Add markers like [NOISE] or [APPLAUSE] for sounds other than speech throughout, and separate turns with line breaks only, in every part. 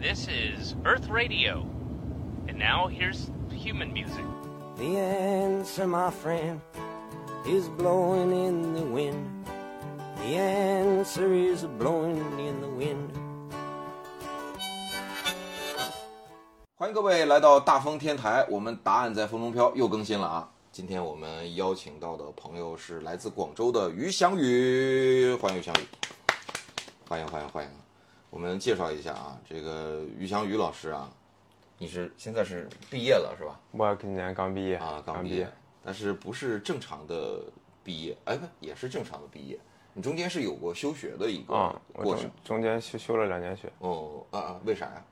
This is Earth Radio. And now here's human music.
The answer, my friend, is blowing in the wind. The answer is blowing in the wind.
欢迎各位来到大风天台，我们答案在风中飘又更新了啊！今天我们邀请到的朋友是来自广州的于翔宇，欢迎于翔宇，欢迎欢迎欢迎！我们介绍一下啊，这个于翔宇老师啊，你是现在是毕业了是吧？
我今年刚毕业
啊，刚毕
毕业
业，，但是不是正常的毕业？哎，不，也是正常的毕业。你中间是有过休学的一
啊
个，
我
过程
中中间休休了两年学，
哦啊啊，为啥呀？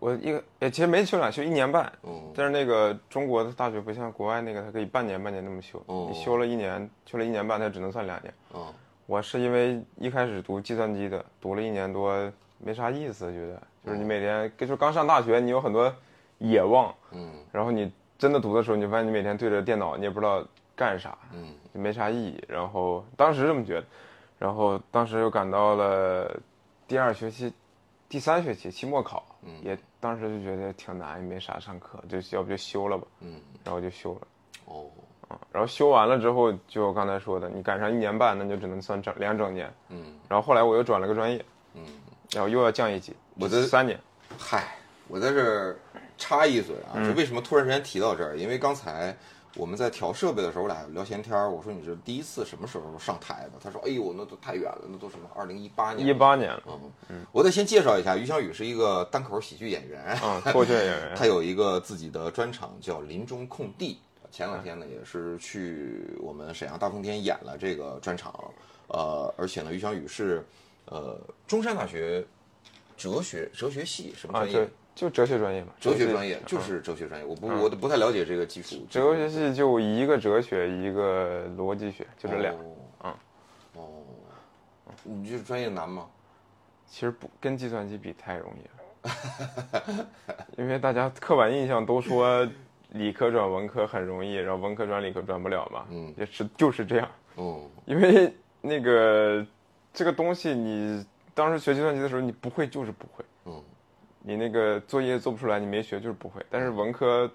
我一个也其实没休两休一年半，
哦
但是那个中国的大学不像国外那个，它可以半年半年那么休，
哦
你休了一年，休了一年半，它只能算两年。
哦
我是因为一开始读计算机的，读了一年多没啥意思，觉得就
哦
是你每天就是刚上大学，你有很多野望，
嗯
然后你真的读的时候，你就发现你每天对着电脑，你也不知道干啥，
嗯
就没啥意义。然后当时这么觉得，然后当时又赶到了第二学期、第三学期期末考，
嗯
也当时就觉得挺难，也没啥上课，就要不就休了吧，
嗯
然后就休了。
哦
然后休完了之后，就我刚才说的，你赶上一年半，那就只能算整两整年。
嗯。
然后后来我又转了个专业，
嗯
然后又要降一级，
我
这
这
三年。
嗨，我在这儿插一嘴啊，这为什么突然之间提到这儿？因为刚才我们在调设备的时候，我俩聊闲天儿，我说你这第一次什么时候上台的？他说，哎呦，那都太远了，那都什么二零一八年。
一八年了，
嗯，我得先介绍一下，于翔宇是一个单口喜剧演员，
嗯，脱口秀演员
[LAUGHS] 他有一个自己的专场叫林中空地。前两天呢，也是去我们沈阳大风天演了这个专场，呃，而且呢，于翔宇是呃中山大学哲学哲学系什么
啊，
专业
对？，就哲学专业嘛，
哲
就
学
是
专业就是哲学专业，我不我都不太了解这个技术。
嗯哲学系就一个哲学，一个逻辑学，就这嗯俩。
哦，哦，你这专业难吗？
其实不跟计算机比太容易了，因为大家刻板印象都说理科转文科很容易，然后文科转理科转不了嘛。
嗯
也是就是这样，
哦，
因为那个这个东西你当时学计算机的时候，你不会就是不会，
嗯
你那个作业做不出来，你没学就是不会。但是
嗯
文科。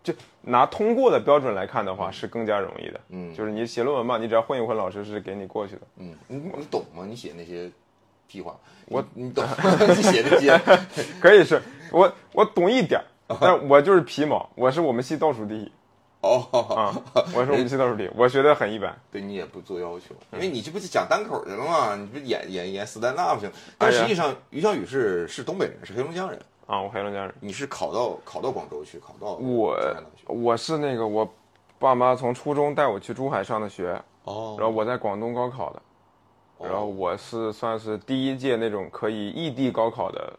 就拿通过的标准来看的话，是更加容易的。
嗯
就是你写论文嘛，你只要混一混，老师是给你过去的。
嗯，你你懂吗？你写那些屁话，
我
你你懂吗？你写那
[LAUGHS]
些，
可以是我我懂一点儿，但我就是皮毛，我是我们系倒数第一
哦，
啊，我是我们系倒数第一，我学的很一般。
对你也不做要求，因
嗯
为你这不是讲单口去了吗？你不演演演 stand up 去了？
哎
但实际上，于小雨是是东北人，是黑龙江人，
啊，我黑龙江人，
你是考到考到广州去，考到
我
中山大学
我是那个我爸妈从初中带我去珠海上的学，
哦，
然后我在广东高考的，然后我是算是第一届那种可以异地高考的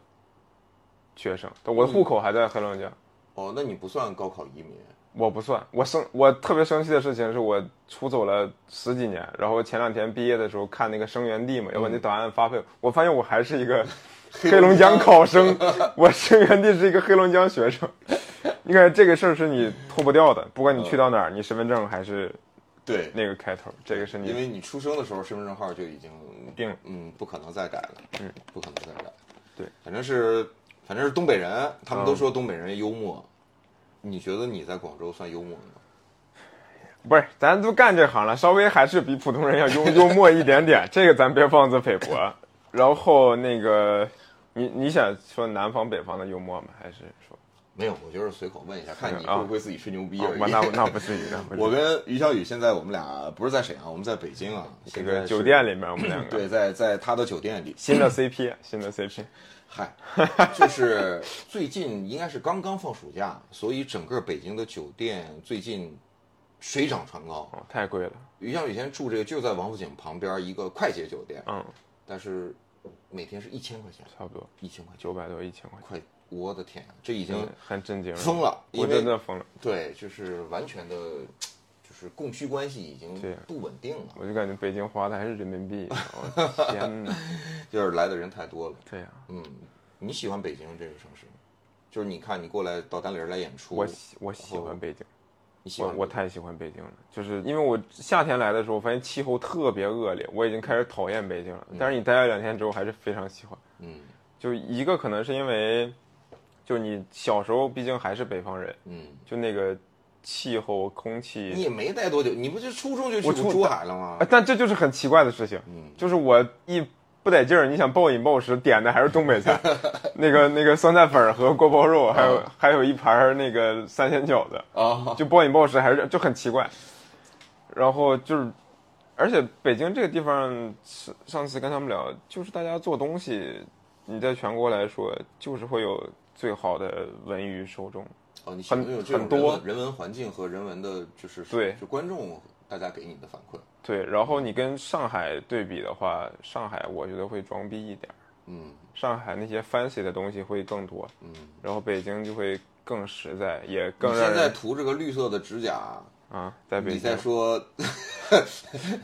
学生，但我的户口还在黑龙江。
哦，那你不算高考移民。
我不算，我生我特别生气的事情是我出走了十几年，然后前两天毕业的时候看那个生源地嘛，要把那档案发配，我发现我还是一个嗯 [LAUGHS] 黑龙江考 [LAUGHS] 生，我生源地是一个黑龙江学生。你看这个事儿是你脱不掉的，不管你去到哪儿，你身份证还是
对，
那个开头，这个是
因
你
为你出生的时候身份证号就已经
定了。
嗯，不可能再改了，嗯，不可能再改。
对，嗯
反正是反正是东北人，他们都说东北人幽默。你觉得你在广州算幽默吗？
不是，咱都干这行了，稍微还是比普通人要幽幽默一点点，这个咱别妄自菲薄。然后那个，你你想说南方北方的幽默吗？还是说？
没有，我就是随口问一下，看你会不会自己吹牛逼而
我
已。
啊哦那那不至于，那
[LAUGHS]
不至于。
我跟于小雨现在我们俩不是在沈阳，我们在北京啊，
这
现在
个
是
酒店里面，我们两个
对，在在他的酒店里。
新的 CP，新的 CP，
[CLEARS THROAT] 嗨，就是最近应该是刚刚放暑假，所以整个北京的酒店最近水涨船高。
哦，太贵了，
于翔宇先住这个就在王府井旁边一个快捷酒店，
嗯，
但是每天是一千块钱，
差不多
一千块钱，
九百多一千块钱，
快，我的天啊，这已
真
经
的很震惊，
疯了，因
我
为
真的疯了，
对，就是完全的，就是供需关系已经
对
不稳定了，
我就感觉北京花的还是人民
[LAUGHS]
币，我的天哪，
就是来的人太多了。[LAUGHS]
对呀，
嗯，你喜欢北京这个城市吗？就是你看你过来到丹林儿来演出，
我喜我喜欢北京，
你喜
我
欢
我太喜欢北京了，就是因为我夏天来的时候，我发现气候特别恶劣，我已经开始讨厌北京了，但是你待了两天之后，还是非常喜欢，
嗯
就一个可能是因为，就你小时候毕竟还是北方人，
嗯，
就那个气候、空气，
你也没待多久，你不就初中就
我
去
初
过珠海了吗
哎？但这就是很奇怪的事情，
嗯
就是我一不得劲儿，你想暴饮暴食，点的还是东北菜，那个那个酸菜粉儿和锅包肉，还有、
啊
还有一盘儿那个三鲜饺子，
啊，
就暴饮暴食还是就很奇怪。然后就是，而且北京这个地方，是上次跟他们聊，就是大家做东西，你在全国来说，就是会有最好的文娱受众。
哦，你喜
很
欢有这种
很多
人文人文环境和人文的，就是
对
就观众大家给你的反馈，
对，然后你跟上海对比的话，上海我觉得会装逼一点儿，
嗯
上海那些 fancy 的东西会更多，
嗯。
然后北京就会更实在，也
你
更让
现在
人
涂这个绿色的指甲，
啊，在北
你
京
再说 [LAUGHS] 嗯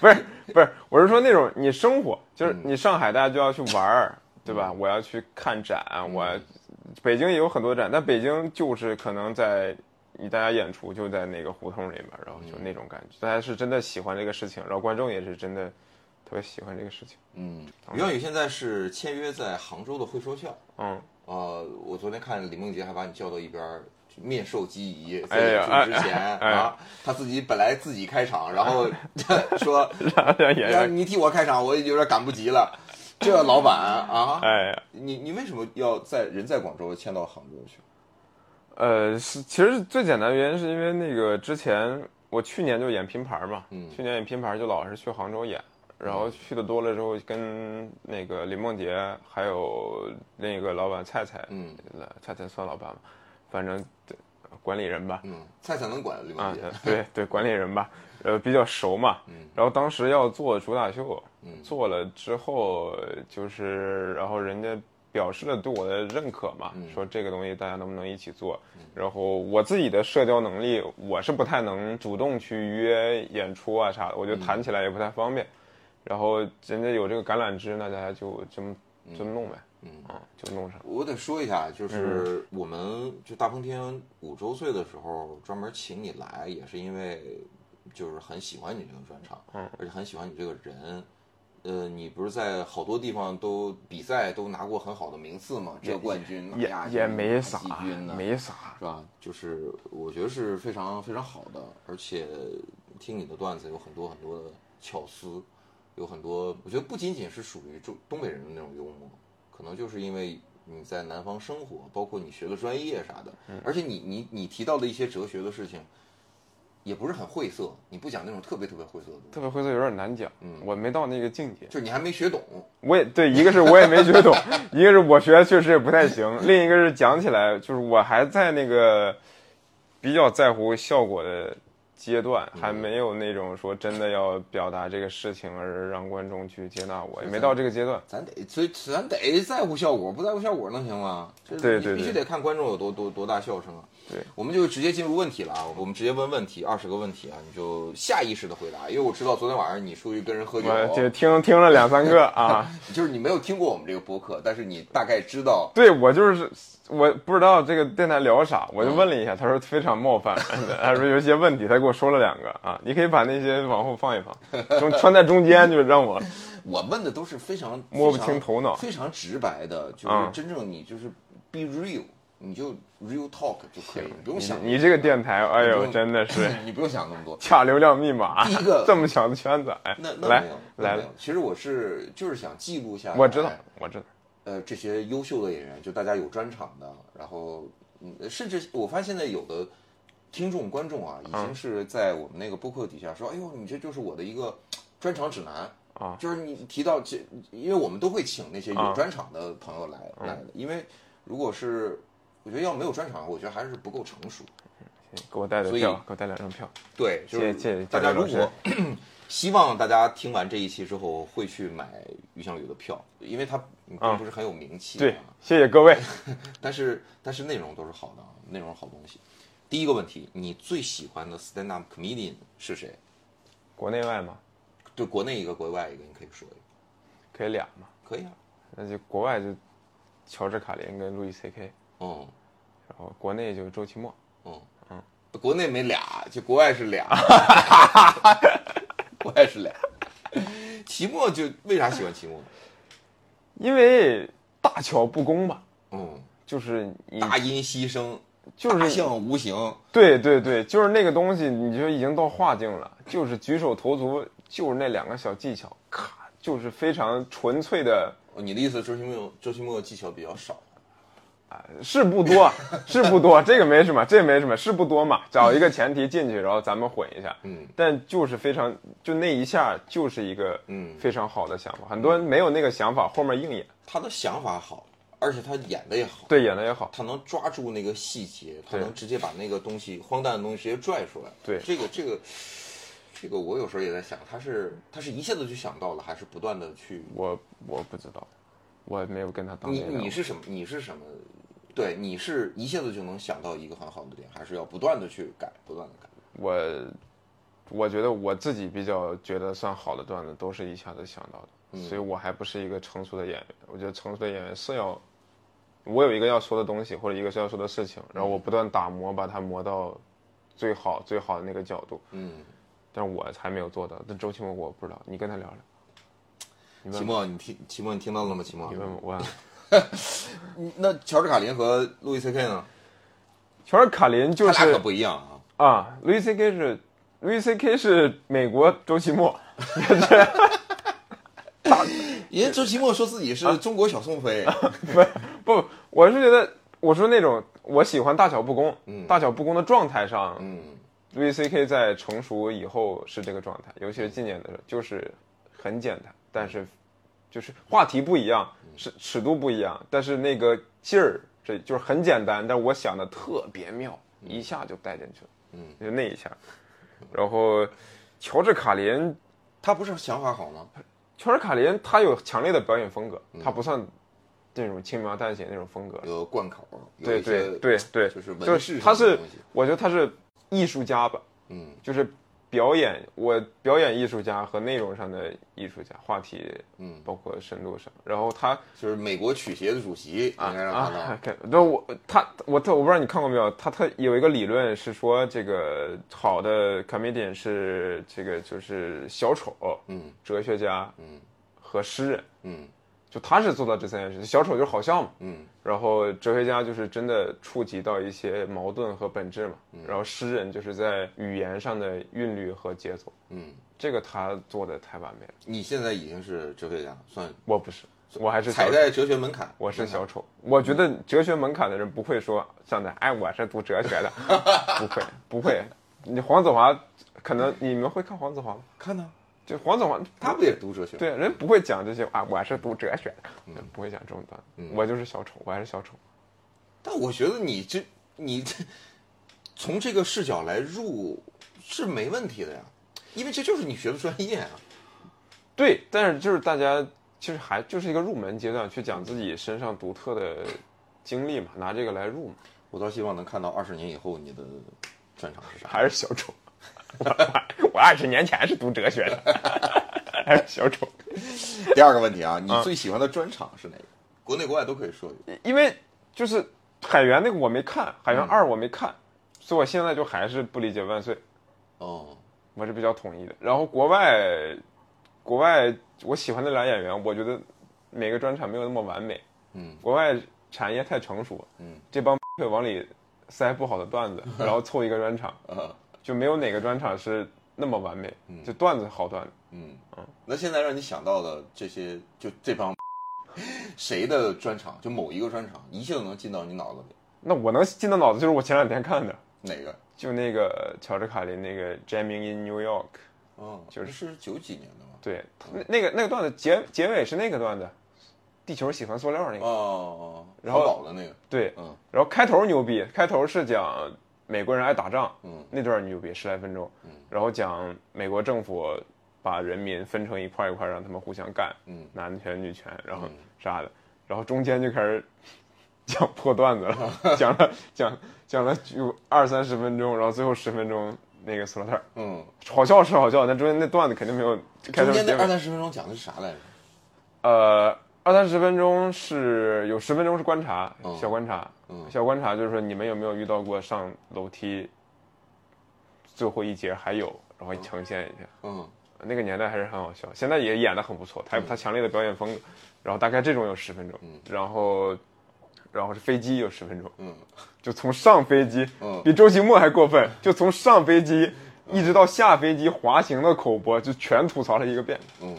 不是不是，我是说那种你生活，就是
嗯
你上海大家就要去玩儿，对吧？我要去看展，
嗯
我北京也有很多展，但北京就是可能在你大家演出就在那个胡同里面，然后
嗯
就那种感觉，大家是真的喜欢这个事情，然后观众也是真的特别喜欢这个事情。 [LAUGHS]
嗯，于亮宇现在是签约在杭州的会说笑。
嗯，
呃，我昨天看李梦洁还把你叫到一边儿去面授机宜，在
哎
演
呀
出之前、
哎哎
啊，他自己本来自己开场，然
[LAUGHS]
后说
让让演
让
员，
你替我开场，我有点赶不及了。这老板啊，
哎呀，
你你为什么要在人在广州迁到杭州去？
呃，是其实最简单的原因是因为那个之前我去年就演拼盘嘛，
嗯
去年演拼盘就老是去杭州演，然后去的多了之后，跟那个李梦洁还有另一个老板菜菜，
嗯
呃，菜菜算老板嘛，反正对管理人吧，
嗯，蔡才能管李梦
啊
洁，，
对对，管理人吧，呃，比较熟嘛。
嗯
然后当时要做主打秀，
嗯
做了之后就是，然后人家表示了对我的认可嘛，
嗯
说这个东西大家能不能一起做。然后我自己的社交能力，我是不太能主动去约演出啊啥的，
嗯
我觉得谈起来也不太方便。然后人家有这个橄榄枝，那大家就这么这么弄呗，
嗯。
啊，就弄上。
我得说一下，就是
嗯
我们就大风天五周岁的时候专门请你来，也是因为就是很喜欢你这个专场，
嗯，
而且很喜欢你这个人。呃，你不是在好多地方都比赛都拿过很好的名次嘛？这冠军那
也
亚军
也没啥
季，军呢，
没啥，
是吧？就是我觉得是非常非常好的，而且听你的段子有很多很多的巧思，有很多我觉得不仅仅是属于中东北人的那种幽默，可能就是因为你在南方生活，包括你学的专业啥的，而且你你你提到的一些哲学的事情，也不是很晦涩，你不讲那种特别特别晦涩的东西，
特别灰色有点难讲，
嗯
我没到那个境界。
就是你还没学懂，
我也对，一个是我也没学懂，一个是我学的确实也不太行，另一个是讲起来就是我还在那个比较在乎效果的阶段，还没有那种说真的要表达这个事情而让观众去接纳我，也没到这个阶段。
咱得所以咱得在乎效果，不在乎效果能行吗？这
对对
你必须
对
得看观众有多多多大笑声啊。
对，
我们就直接进入问题了啊，我们直接问问题，二十个问题啊，你就下意识的回答，因为我知道昨天晚上你出去跟人喝酒，
我就听听了两三个啊，
就是你没有听过我们这个播客，但是你大概知道，
对我就是我不知道这个电台聊啥，我就问了一下，他说非常冒犯， [LAUGHS] 他说有一些问题，他给我说了两个啊，你可以把那些往后放一放，中穿在中间就让我
我问的都是非常
摸不清头脑
非常非常直白的，就是
嗯
真正你就是 be real，你就 real talk 就可以，你不用想，
你这个电台，哎
不
呦，
用
真的是
[LAUGHS] 你不用想那么多。
卡流量密码
第一个，
[LAUGHS] 这么小的圈子，哎
那，那
来
没有那
来
没有，哎其实我是就是想记录下来，
我知道，我知道，
呃，这些优秀的演员，就大家有专场的，然后，嗯，甚至我发现现在有的听众观众啊，已
嗯
经是在我们那个播客底下说，哎呦，你这就是我的一个专场指南
啊
就是你提到这，因为我们都会请那些有
啊嗯
专场的朋友来、来的，因为如果是我觉得要没有专场，我觉得还是不够成熟。
给我带的
所以
票，给我带两张票，
对，就
谢谢谢
是
谢
大家
贾
如
玲老
果 [CLEARS THROAT] 希望大家听完这一期之后会去买于翔宇的票，因为他并不是很有名气、啊
嗯对，谢谢各位，
但是但是内容都是好的，啊，内容是好东西。第一个问题，你最喜欢的 stand up comedian 是谁？
国内外嘛，
就国内一个，国外一个，你可以说一个，
可以俩嘛，
可以啊。
那就国外就乔治卡林跟路易 C K，
嗯
然后国内就周奇墨，
嗯嗯，国内没俩，就国外是
[LAUGHS]
俩，国外是俩。齐墨就为啥喜欢齐墨？
因为大巧不工吧，
嗯，
就是你
大音希声，
就是
大象无形，
对对对，就是那个东西，你就已经到化境了，就是举手投足，就是那两个小技巧，咔，就是非常纯粹的，
哦你的意思，周奇墨，周奇墨技巧比较少，
是不多，是不多，这个没什么，这没什么，是不多嘛，找一个前提进去，然后咱们混一下，
嗯
但就是非常，就那一下就是一个
嗯
非常好的想法，很多人没有那个想法，后面硬演，
他的想法好，而且他演的也好，
对，演的也好，
他能抓住那个细节，他
对
能直接把那个东西荒诞的东西直接拽出来。
对
这个这个这个，我有时候也在想，他是他是一下子就想到了，还是不断的去？
我我不知道，我没有跟他当
你
面聊
你是什么？你是什么？对，你是一下子就能想到一个很好的点，还是要不断的去改，不断的改？
我我觉得我自己比较觉得算好的段子，都是一下子想到的，
嗯
所以我还不是一个成熟的演员。我觉得成熟的演员是要，我有一个要说的东西或者一个是要说的事情，然后我不断打磨，把它磨到最好最好的那个角度。
嗯，
但我还没有做到。但周奇墨我不知道，你跟他聊聊，你
期
问
末你听，期末你听到了吗？期末
你，问我
嗯
问。
那乔治卡林和路易 C K 呢？
乔治卡林就
他俩
是
可不一样啊。
啊，Louis C.K. 是 Louis C.K. 是美国周奇墨，
人家周奇墨说自己
啊
是中国小宋飞，
不，我是觉得，我说那种我喜欢大巧不工，
嗯
大巧不工的状态上、
嗯
l u i C K 在成熟以后是这个状态，尤其是近年的时候，就是很简单，但是就是话题不一样，
嗯
是尺度不一样，但是那个劲儿，这就是很简单，但我想的特别妙，一下就带进去了，
嗯，
就那一下，然后乔治卡林
他不是想法好吗？
乔治卡林他有强烈的表演风格，
嗯
他不算那种轻描淡写那种风格，
有贯口，有
对
一
对
些
对对，
就是文
就
饰
是
上
他
的
是
东西，
我觉得他是艺术家吧，
嗯
就是表演，我表演艺术家和内容上的艺术家，话题
嗯，
包括深度上，然后他
就是美国曲协的主席应该让他当。
啊，对，那我他我特我不知道你看过没有，他他有一个理论是说这个好的 comedian 是这个就是小丑、
嗯
哲学家
嗯
和诗人，
嗯
就他是做到这三件事，小丑就是好笑嘛。
嗯
然后哲学家就是真的触及到一些矛盾和本质嘛，
嗯
然后诗人就是在语言上的韵律和节奏，
嗯，
这个他做的太完美了。
你现在已经是哲学家，算
我不是，我还是小
踩
丑，
在嗯哲学门槛。
我是小丑。我觉得哲学门槛的人不会说上来，哎，我是读哲学
[LAUGHS]
的，不会，不会。你黄子华，可能你们会看黄子华吗？
看呢，
就黄子华，
他不也读哲学？，
对人不会讲这些啊，我是读哲学
嗯
的，人不会讲这种段子。我就是小丑，我还是小丑。
但我觉得你这你这从这个视角来入是没问题的呀，因为这就是你学的专业啊。
对，但是就是大家其实还就是一个入门阶段，去讲自己身上独特的经历嘛，拿这个来入嘛，
我倒希望能看到二十年以后你的专长是啥。
还是小丑。 [LAUGHS] 我我二十年前是读哲学的，还是小丑，
第二个问题啊，
嗯
你最喜欢的专场是哪个？国内国外都可以说一个。
因为就是海源那个我没看，海源二我没看，所以我现在就还是不理解万岁，
哦，
我是比较统一的。然后国外，国外我喜欢的俩演员，我觉得每个专场没有那么完美，
嗯
国外产业太成熟了，
嗯
这帮 [LAUGHS] 会往里塞不好的段子，然后凑一个专场，
啊
就没有哪个专场是那么完美，就段子好段子。
嗯，那现在让你想到的这些，就这帮 [LAUGHS] 谁的专场，就某一个专场，一下子能进到你脑子里，
那我能进到脑子就是我前两天看的，
哪个？
就那个乔治卡林那个《Jamming in New York》，
哦，
就是
那是九几年的吗？
对，那那个那个段子结结尾是那个段子，地球喜欢塑料那个，
哦哦，
然后
淘宝的那个，
对，
嗯
然后开头牛逼，开头是讲美国人爱打仗，
嗯
那段牛逼十来分钟，然后讲美国政府把人民分成一块一块让他们互相干，
嗯
男权女权，然后啥的，然后中间就开始 [LAUGHS] 讲破段子了，讲了讲讲了就二三十分钟，然后最后十分钟那个塑料袋儿，
嗯，
好笑是好笑，但中间那段子肯定没有开头
中间
结
那二
尾，
三十分钟讲的是啥来着？
呃。二三十分钟是有十分钟是观察，
嗯
小观察，
嗯
小观察就是说你们有没有遇到过上楼梯最后一节还有，然后你呈现一下，
嗯，
那个年代还是很好笑，现在也演得很不错，他有他强烈的表演风格，然后大概这种有十分钟，然后然后是飞机有十分钟，
嗯，
就从上飞机，
嗯
比周奇墨还过分，就从上飞机一直到下飞机滑行的口播，就全吐槽了一个遍，
嗯，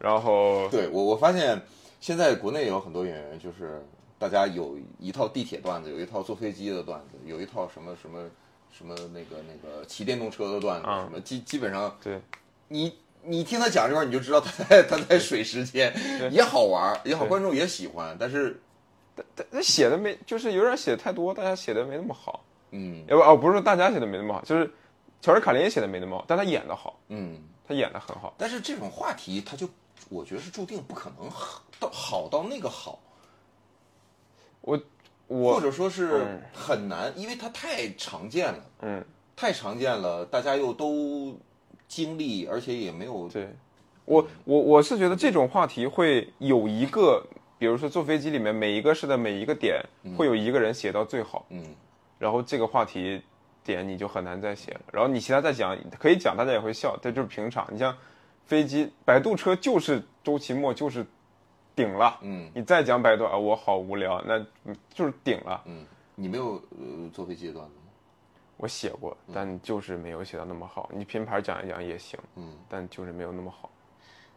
然后
对我我发现现在国内有很多演员，就是大家有一套地铁段子，有一套坐飞机的段子，有一套什么什么什么那个那个骑电动车的段子，
嗯
什么基基本上
对
你你听他讲这块儿，你就知道他在他在水时间，也好玩儿，也好，
对
观众也喜欢，但是
但但写的没就是有点写的太多，大家写的没那么好，
嗯
要不哦不是说大家写的没那么好，就是乔治卡林也写的没那么好，但他演的好，
嗯，
他演的很好。
但是这种话题他就我觉得是注定不可能好到好到那个好，
我我
或者说是
嗯
很难，因为它太常见了，
嗯
太常见了，大家又都经历，而且也没有
对，我我我是觉得这种话题会有一个，比如说坐飞机里面每一个事的每一个点，会有一个人写到最好，
嗯
然后这个话题点你就很难再写了。然后你其他再讲可以讲，大家也会笑，这就是平常。你像飞机、摆渡车就是周奇墨就是顶了，
嗯
你再讲摆渡啊，我好无聊，那嗯就是顶了。
嗯，你没有呃坐飞机的段子吗？
我写过，但就是没有写到那么好。你拼盘讲一讲也行，
嗯，
但就是没有那么好。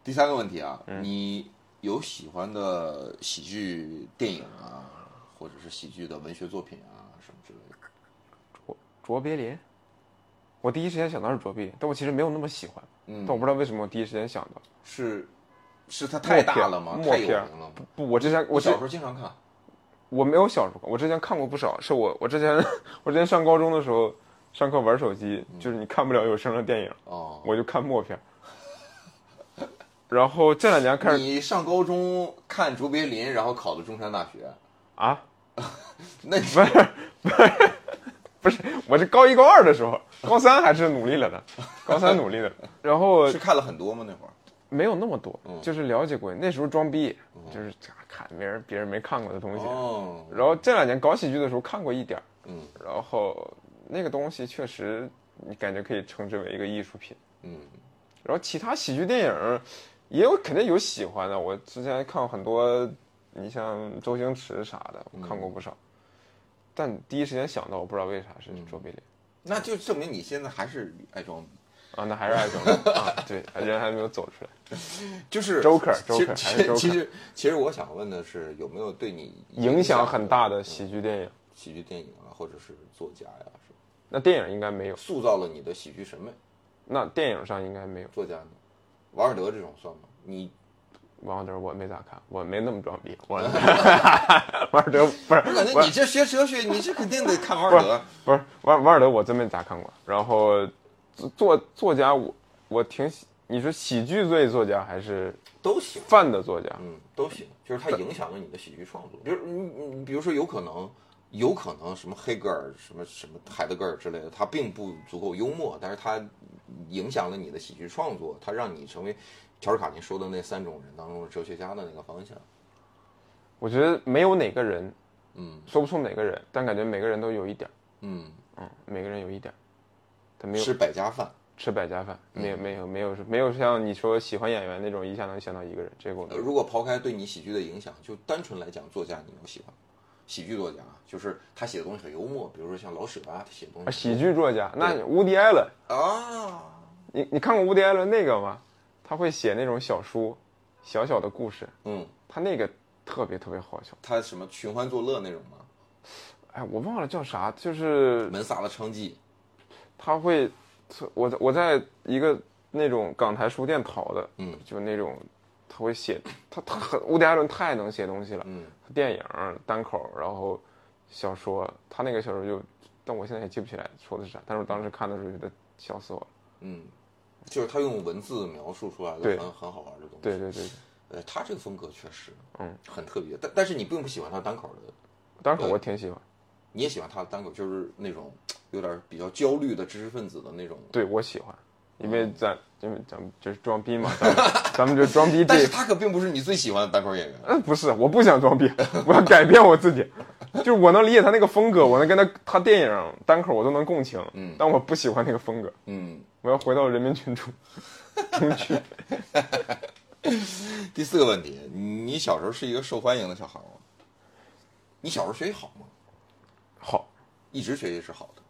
第三个问题啊，
嗯
你有喜欢的喜剧电影啊，或者是喜剧的文学作品啊什么之类的？
卓别林，我第一时间想到是卓别林，但我其实没有那么喜欢，
嗯
但我不知道为什么我第一时间想到
是是它太大了吗？
默
太有
片默片
名了吗？
不，我之前我
我
之
小时候经常看，
我没有小时候看，我之前看过不少，是我我之前我之前上高中的时候上课玩手机，
嗯
就是你看不了有声的电影，
哦，
我就看默片。然后这两年开始
你上高中看卓别林，然后考的中山大学，
啊， [LAUGHS]
那你
我是高一高二的时候，高三还是努力了的，高三努力了，然后
是看了很多吗？那会儿，
没有那么多
嗯，
就是了解过。那时候装逼，就是啊看别人别人没看过的东西，
哦，
然后这两年搞喜剧的时候看过一点儿，
嗯
然后那个东西确实你感觉可以称之为一个艺术品。
嗯
然后其他喜剧电影也有肯定有喜欢的，我之前看过很多，你像周星驰啥的，
嗯
我看过不少。但第一时间想到，我不知道为啥是
嗯
卓别林、
那就证明你现在还是爱装逼。
啊，那还是爱装
[LAUGHS]
逼啊，对，人还没有走出来。
就是周
Joker，
克，周
Joker，
克，
还是 Joker
其实其实我想问的是，有没有对你
影响很大的
喜
喜剧电影，
喜剧电影啊，或者是作家呀、什么
那电影应该没有，
塑造了你的喜剧审美？
那电影上应该没有。
作家呢？王尔德这种算吗？你
王尔德我没咋看，我没那么装逼。
[LAUGHS]
我王尔德不是
不是感觉
我
你这学哲学，你是肯定得看王
不
尔
是
德。
不是王王尔德，我真没咋看过。然后作作作家我，我挺喜，你是喜剧类作家还是
都行，
范的作家？
嗯，都行，就是它影响了你的喜剧创作。就是你你你比如说，有可能。有可能什么黑格尔、什么什么海德格尔之类的，他并不足够幽默，但是他影响了你的喜剧创作，他让你成为乔治卡林说的那三种人当中的哲学家的那个方向。
我觉得没有哪个人
嗯
说不出哪个人，但感觉每个人都有一点儿，
嗯，
嗯，每个人有一点儿。他没有
吃百家饭，
吃百家饭，没
嗯
有没有没有没有像你说喜欢演员那种一下能想到一个人，这个我
呃如果抛开对你喜剧的影响，就单纯来讲，作家你有喜欢吗？喜剧作家啊就是他写的东西很幽默，比如说像老舍啊，他写的东
啊
西
喜剧作家，那乌迪埃伦，
啊，
你你看过乌迪埃伦那个吗？他会写那种小书，小小的故事，
嗯，
他那个特别特别好笑。
他什么寻欢作乐那种吗？
哎，我忘了叫啥，就是
门萨拉娼妓，
他会，我在我在一个那种港台书店淘的，
嗯
就那种他会写，他他很乌迪埃伦太能写东西了，
嗯
电影单口，然后小说，他那个小说就，但我现在也记不起来说的是啥，但是我当时看的时候觉得笑死我了。
嗯，就是他用文字描述出来的
对
很很好玩的东西。
对对对，对
呃，他这个风格确实，
嗯，
很特别，但但是你并不喜欢他单口的，
单口我挺喜欢，
你也喜欢他的单口，就是那种有点比较焦虑的知识分子的那种。
对我喜欢，因为咱因为咱们就是装逼嘛，咱们咱们就装逼
但
这
是。他可并不是你最喜欢的单口演员。
嗯，不是，我不想装逼，我要改变我自己。 [LAUGHS] 就是我能理解他那个风格，我能跟他他电影单口我都能共情，
嗯
但我不喜欢那个风格，
嗯，
我要回到人民群众。 [LAUGHS] 中区。
第四个问题，你小时候是一个受欢迎的小孩吗？你小时候学习好吗？
好，
一直学习是好的。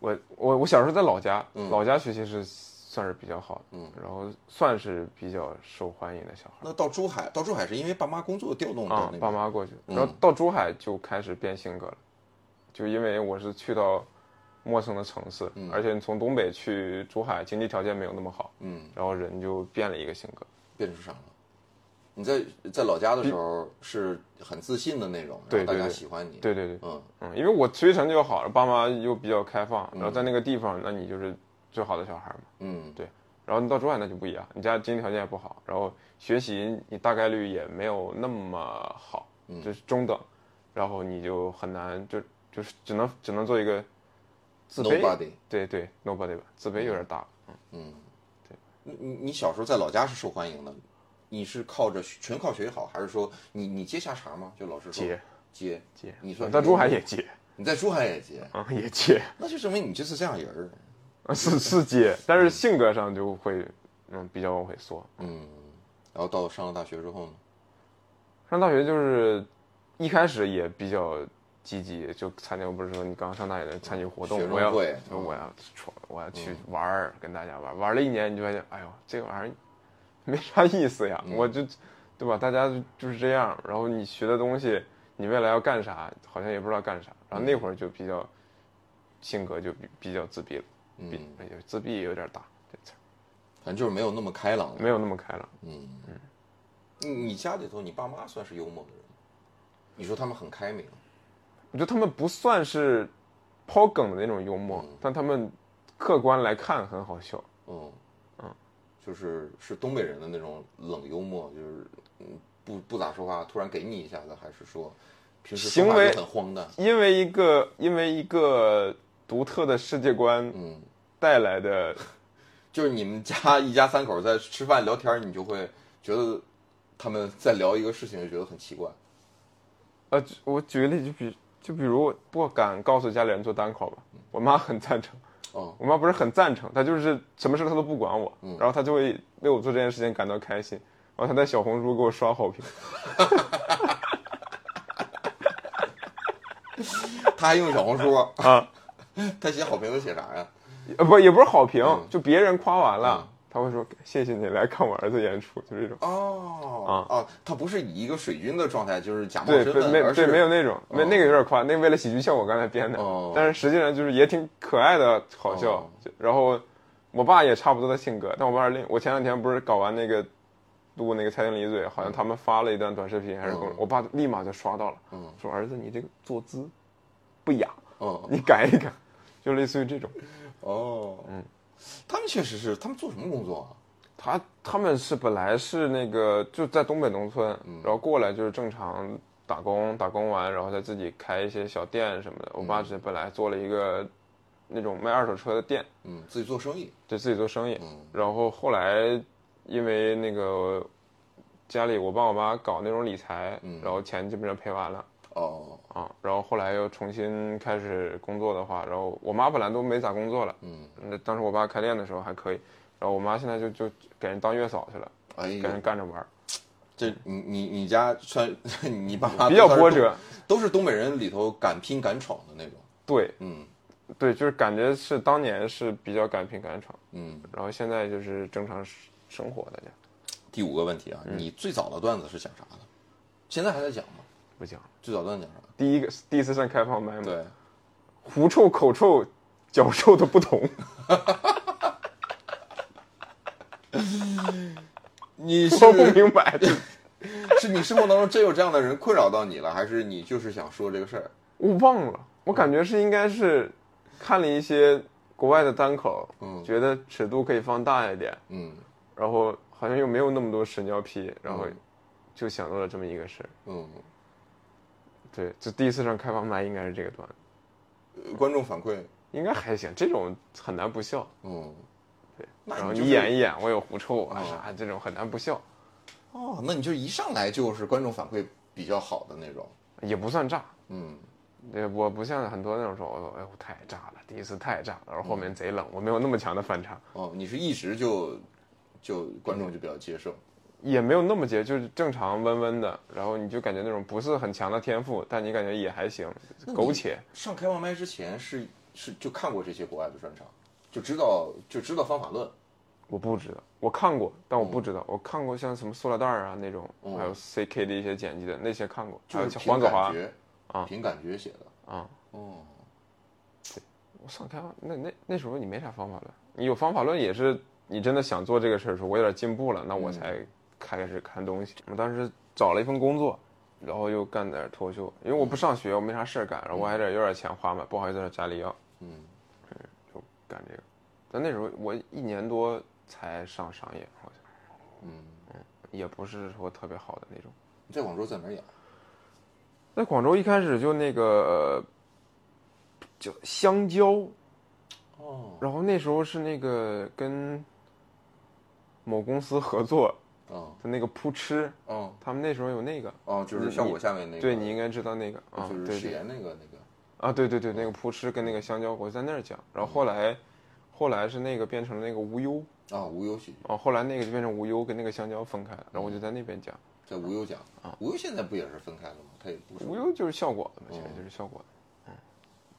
我我我小时候在老家，
嗯
老家学习是算是比较好的，
嗯
然后算是比较受欢迎的小孩
那到珠海，到珠海是因为爸妈工作调动到
啊
那，
爸
边，
妈过去，
嗯
然后到珠海就开始变性格了，就因为我是去到陌生的城市，
嗯
而且你从东北去珠海，经济条件没有那么好，
嗯，
然后人就变了一个性格，
变出啥了？你在在老家的时候是很自信的那种，然
对
后大家
对对
喜欢你，
对对对，
嗯，
嗯，因为我学习成绩又好，爸妈又比较开放，然后在那个地方，那你就是最好的小孩嘛。
嗯
对然后你到珠海那就不一样，你家经济条件也不好，然后学习你大概率也没有那么好，
嗯
就是中等，然后你就很难就就是只能只能做一个自卑
Nobody
对对 nobody 吧，自卑有点大，
嗯，对，你你你小时候在老家是受欢迎的，你是靠着纯靠学习好，还是说你你接下茬吗？就老师说
接
接
接，
哦你算
在
是
珠海也接
你在珠海也接，
啊、也接
那就证明你就是这样人儿，
啊是是接，但是性格上就会嗯比较往回缩，
嗯，然后到上了大学之后呢，
上大学就是一开始也比较积极，就参加，不是说你刚上大学的参与活动
学，生
我要
会嗯
我要出我要去玩儿，跟大家玩儿，玩了一年你就发现，哎呦，这个玩意儿没啥意思呀，
嗯
我就对吧？大家就就是这样，然后你学的东西，你未来要干啥，好像也不知道干啥，然
嗯
后那会儿就比较性格就比比较自闭了，比
嗯，
哎呦自闭有点大，这词儿
反正就是没有那么开朗了，
没有那么开朗，
嗯，你你家里头，你爸妈算是幽默的人吗，你说他们很开明，
我觉得他们不算是抛梗的那种幽默，但他们客观来看很好笑。
嗯嗯，就是是东北人的那种冷幽默，就是嗯不不咋说话，突然给你一下子，还是说平时说话
行为
就很荒诞，
因为一个因为一个独特的世界观
嗯，
带来的，
就是你们家一家三口在吃饭聊天，你就会觉得他们在聊一个事情，就觉得很奇怪。
呃，举我举个例，就比就比如我不敢告诉家里人做单口吧，
嗯
我妈很赞成，
哦，
我妈不是很赞成，她就是什么事她都不管我，
嗯
然后她就会为我做这件事情感到开心，然后她在小红书给我刷好评，
他还用小红书
啊？
[LAUGHS] 他写好评都写啥呀？
呃，不也不是好评
嗯，
就别人夸完了
嗯，
她会说谢谢你来看我儿子演出，就这种。
哦哦，他不是以一个水军的状态，就是假冒
啊对，
身
不
份，
没
而
对
是
没有那种，没
哦
那个有点夸，那为了喜剧效果刚才编的
哦，
但是实际上就是也挺可爱的好
哦
笑。就然后我爸也差不多的性格，但我爸是另我前两天不是搞完那个录那个蔡丁离嘴，好像他们发了一段短视频，还是跟我
嗯
我爸立马就刷到了
嗯，
说儿子你这个坐姿不雅，
哦
你改一改，就类似于这种。
哦，嗯，他们确实是，他们做什么工作啊？
他他们是本来是那个就在东北农村，
嗯
然后过来就是正常打工，打工完然后再自己开一些小店什么的。我爸
嗯
是本来做了一个那种卖二手车的店，
嗯，自己做生意。
就自己做生意。
嗯
然后后来因为那个家里我爸我妈搞那种理财，
嗯
然后钱基本上赔完了。
哦，
啊，然后后来又重新开始工作的话，然后我妈本来都没咋工作了，
嗯，
那当时我爸开店的时候还可以，然后我妈现在就就给人当月嫂去了，
哎
给
呦，
人干着玩儿。
这你你你家算 [LAUGHS] 你爸妈
比较
啊都是
波折。
都是东北人里头敢拼敢闯的那种。
对
嗯
对，就是感觉是当年是比较敢拼敢闯，
嗯。
然后现在就是正常生生活大家
第五个问题啊，
嗯
你最早的段子是讲啥的？现在还在讲吗？
不讲了。
最早段子讲啥？
第一个第一次上开放麦嘛， [LAUGHS]
对，
狐臭、口臭、脚臭的不同。 [LAUGHS]
你是
我不明
[LAUGHS]
白，就是
你生活当中真有这样的人困扰到你了，还是你就是想说这个事儿？
我忘了，我感觉是应该是看了一些国外的单口，
嗯
觉得尺度可以放大一点，
嗯
然后好像又没有那么多屎尿屁，然后
嗯
就想到了这么一个事儿。
嗯，
对，就第一次上开放麦应该是这个段子，
呃观众反馈，
应该还行，这种很难不笑。
嗯，对，那
然后
就
你
是
演一演，我有狐臭啊啥这种很难不笑，
哦，那你就一上来就是观众反馈比较好的那种，
也不算炸。
嗯，
对，我不像很多那种说，我哎呦太炸了，第一次太炸了，然后后面贼冷，我没有那么强的反差。
哦，你是一直就就观众就比较接受。
也没有那么结，就是正常温温的，然后你就感觉那种不是很强的天赋，但你感觉也还行，
嗯
苟且。
上开放麦之前是是就看过这些国外的专场，就知道就知道方法论。
我不知道，我看过，但我不知道，我看过像什么塑料袋儿啊那种，还有 CK 的一些剪辑的那些看过，还
嗯就
有
是
像
凭
啊黄子华
感觉
啊
凭感觉写的。
啊。
哦，
我上开放那那那时候你没啥方法论，你有方法论也是你真的想做这个事儿的时候，我有点进步了，那我才开始看东西。我当时找了一份工作，然后又干点脱口秀，因为我不上学，我没啥事儿干，然后我还得有点钱花嘛，不好意思在家里要，
嗯，
就干这个。但那时候我一年多才上商业，好像
嗯，
也不是说特别好的那种。
你在广州在哪儿演？
在广州一开始就那个呃就香蕉，
哦，
然后那时候是那个跟某公司合作
嗯
的那个扑哧，
嗯
他们那时候有那个，
哦，就是
你
像我下面那个，
对你应该知道那个啊，
就
对
是史
对
岩那个那个。
啊，对对对，那个扑哧跟那个香蕉，我在那儿讲，然后后来后来是那个变成了那个无忧
啊，无忧喜剧
啊，后来那个就变成无忧跟那个香蕉分开了，然后我就在那边讲，
在无忧讲，无忧现在不也是分开了吗？他也不是
啊无忧就是效果的嘛，其实就是效果的，嗯，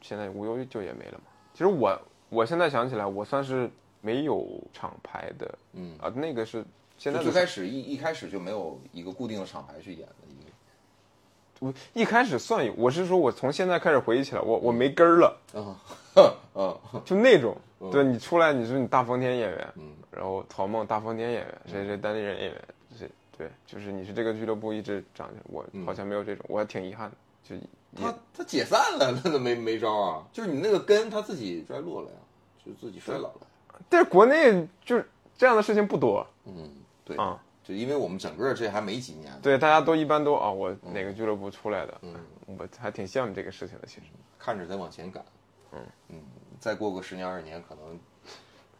现在无忧就也没了嘛。其实我我现在想起来，我算是没有厂牌的
嗯，
啊，那个是现在
就
的
最开始一一开始就没有一个固定的厂牌去演的一个，
我一开始算有，我是说我从现在开始回忆起来，我我没根儿了，
啊， [LAUGHS] 啊，
就那种，对你出来你说你大风天演员，
嗯
然后曹梦大风天演员，谁谁单立人演员，谁对，就是你是这个俱乐部一直长起来，我
嗯
好像没有这种，我还挺遗憾的，就也
他他解散了， [LAUGHS] 那都没没招啊，就是你那个根他自己衰落了呀，就自己衰老了，
但是国内就是这样的事情不多
嗯，对，
啊，
就因为我们整个这还没几年呢，
对，大家都一般都啊，我
嗯
哪个俱乐部出来的，我还挺羡慕这个事情的，其实
看着在往前赶，嗯再过个十年二十年，可能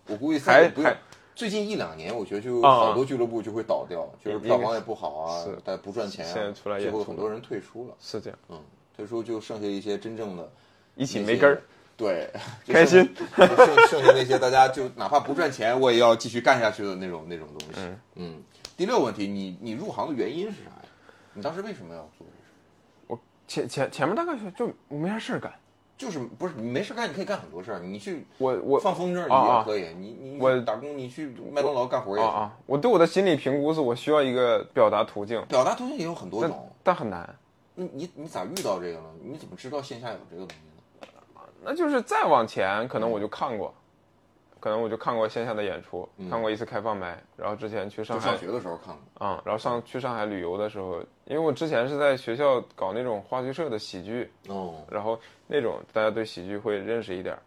我估计
还
再不用
还
最近一两年，我觉得就
啊啊
好多俱乐部就会倒掉，就是票房也不好啊
是，
但不赚钱啊，
现在出来
最
演
后
出
很多人退出了，
是这样，
嗯，退出就剩下一些真正的
一起
那
没
些
根儿，， [LAUGHS]
对，就
开
剩
心，
就剩剩下那些大家就哪怕不赚钱，我也要继续干下去的那种那种东西，嗯。第六个问题，你你入行的原因是啥呀？你当时为什么要做这事？
我前前前面大概是就没啥事儿干。
就是不是你没事干，你可以干很多事儿，你去
我我
放风筝
啊
你也
啊
可以，你你
我
打工，你去麦当劳干活也
啊
行。
啊！我对我的心理评估是我需要一个表达途径，
表达途径也有很多
但
种，
但很难。
那你你咋遇到这个呢？你怎么知道线下有这个东西呢？
那就是再往前，可能
嗯
我就看过，可能我就看过线下的演出，看过一次开放麦，然后之前去
嗯
上
就
海
上，学的时候看过，
嗯，然后上去上海旅游的时候，因为我之前是在学校搞那种话剧社的喜剧，
哦，
然后那种大家对喜剧会认识一点儿，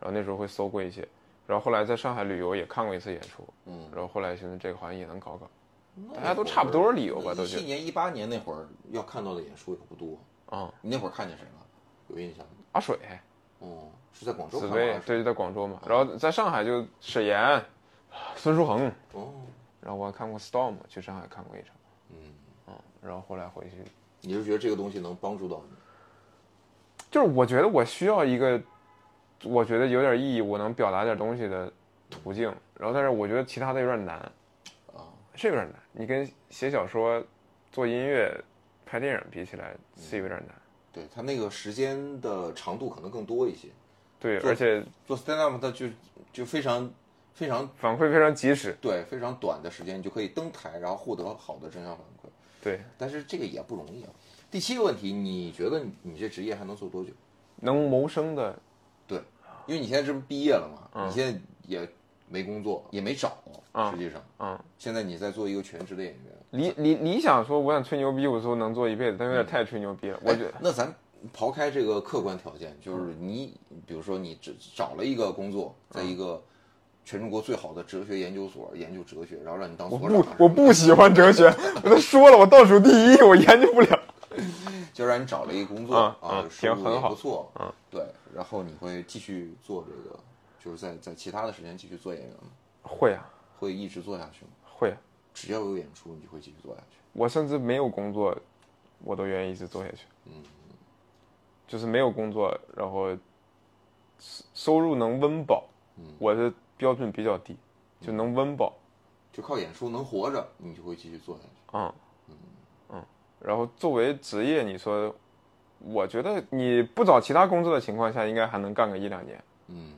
然后那时候会搜过一些，然后后来在上海旅游也看过一次演出，
嗯，
然后后来寻思这个好像也能搞搞，
那
大家都差不多理由吧都
一
觉
七
得
年、一八年那会儿要看到的演出也不多，
啊、
你那会儿看见谁了？有印象吗？
阿水。
哦，是在广州
紫
看
薇
的，
对，就在广州嘛。
嗯
然后在上海就沈岩、孙书恒，
哦，
然后我还看过 Storm，去上海看过一场。
嗯，
嗯，然后后来回去，
你是觉得这个东西能帮助到你？
就是我觉得我需要一个，我觉得有点意义，我能表达点东西的途径。然后但是我觉得其他的有点难，
啊，
是有点难。你跟写小说、做音乐、拍电影比起来是有点难。
对他那个时间的长度可能更多一些。
对，
做
而且
做 stand up，它就就非常非常
反馈非常及时。
对非常短的时间，你就可以登台，然后获得好的正向反馈。
对，
但是这个也不容易啊。第七个问题，你觉得你你这职业还能做多久？
能谋生的
对，因为你现在这不毕业了嘛，你现在也没工作，也没找，
嗯
实际上，
嗯，
现在你在做一个全职的演员。
理理理想说，我想吹牛逼，我说能做一辈子，但有点太吹牛逼了。我
哎
觉得
那咱刨开这个客观条件，就是你，比如说你只找了一个工作，在
嗯
一个全中国最好的哲学研究所研究哲学，然后让你当
我
所长
不，，我不喜欢 [LAUGHS] 哲学。我都说了，我倒数第一，我研究不了。
就让你找了一个工作
嗯
啊，
嗯
收入
挺很
也
好
不错，嗯，对，然后你会继续做这个，就是在在其他的时间继续做演员吗？
会啊，
会一直做下去吗？
会啊。
只要有演出，你就会继续做下去。
我甚至没有工作，我都愿意一直做下去。嗯，就是没有工作，然后收收入能温饱，我的标准比较低，就能温饱。
就靠演出能活着，你就会继续做下去。
嗯，嗯，然后作为职业，你说，我觉得你不找其他工作的情况下，应该还能干个一两年。
嗯，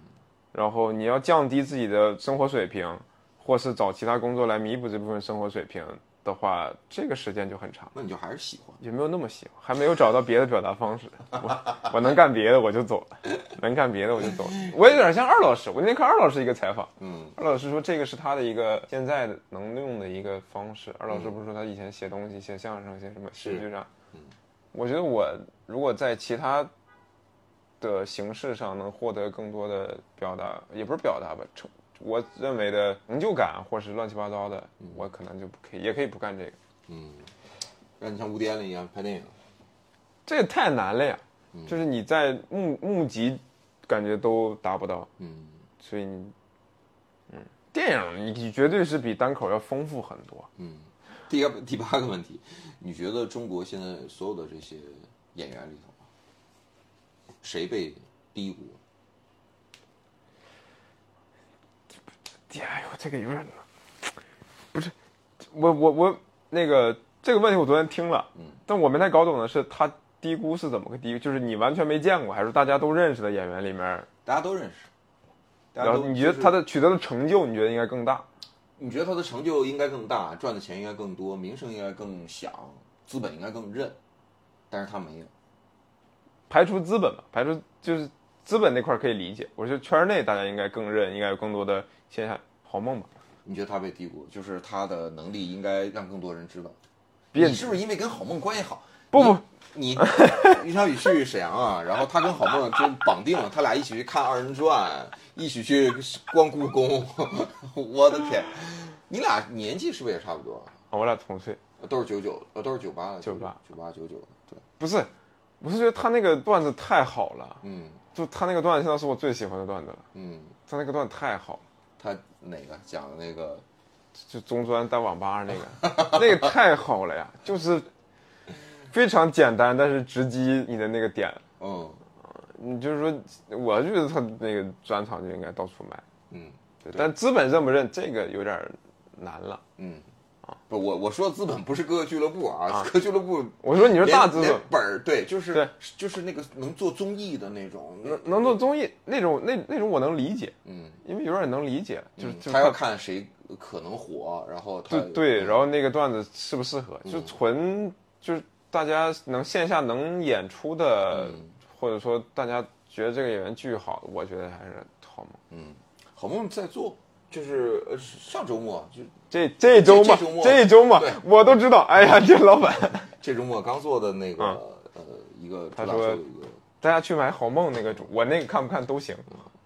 然后你要降低自己的生活水平，或是找其他工作来弥补这部分生活水平的话，这个时间就很长，
那你就还是喜欢。
也没有那么喜欢，还没有找到别的表达方式。我 [LAUGHS] 我能干别的我就走了，能干别的我就走了。我有点像二老师，我那天看二老师一个采访，
嗯
二老师说这个是他的一个现在的能用的一个方式。二老师不是说他以前写东西、写相声、写什么
嗯是
喜剧啥？
嗯
我觉得我如果在其他的形式上能获得更多的表达，也不是表达吧，成我认为的成就感或是乱七八糟的，我可能就不可以，也可以不干这个。
嗯，让你像吴迪安一样拍电影。
这也太难了呀！
嗯
就是你在募募集，感觉都达不到，
嗯
所以你，嗯，电影你你绝对是比单口要丰富很多。
嗯。第一个第八个问题，你觉得中国现在所有的这些演员里头，谁被低估？
哎呦，这个有点难，不是，我我我那个这个问题我昨天听了，
嗯，
但我没太搞懂的是他低估是怎么个低估，就是你完全没见过，还是大家都认识的演员里面，
大家都认识。大家
然
都
后你觉得
就是
他的取得的成就，你觉得应该更大？
你觉得他的成就应该更大，赚的钱应该更多，名声应该更响，资本应该更认，但是他没有。
排除资本嘛，排除就是资本那块儿可以理解，我觉得圈内大家应该更认，应该有更多的线下好梦吧。
你觉得他被低估，就是他的能力应该让更多人知道。
别
你是不是因为跟郝梦关系好？
不不，
你于小雨去沈阳啊，然后他跟郝梦就绑定了，他俩一起去看二人转，一起去逛故宫。 [LAUGHS] 我的天，你俩年纪是不是也差不多？啊
我俩同岁，
都是九九，呃，都是九八的，
98
九八九九，对，
不是，我是觉得他那个段子太好了，
嗯
就他那个段子现在是我最喜欢的段子了，
嗯，
他那个段子太好了。
他哪个讲的那个？
就中专当网吧那个，那个太好了呀，就是非常简单，但是直击你的那个点。
嗯
你就是说，我就觉得他那个专场就应该到处卖，
嗯
对，
对
但资本认不认这个有点难了。
嗯，不，我我说的资本不是各个俱乐部啊，各个俱乐部
我说你是大资
连
本
连，本儿，对，就是
对
就是那个能做综艺的那种，
能能做综艺那种那那种我能理解，
嗯，
因为有点能理解，就是
嗯
就是
他要看谁可能火，然后他嗯
对对，然后那个段子适不适合，就纯就是大家能线下能演出的，
嗯
或者说大家觉得这个演员巨好，我觉得还是好嘛。
嗯好梦在做，就是呃上周末就
这这周末
这周末
周末
对嗯
我都知道。哎呀，这老板，
这周末刚做的那个呃一个主打
嗯他说
秀有一个
大家去买好梦那个主，我那个看不看都行。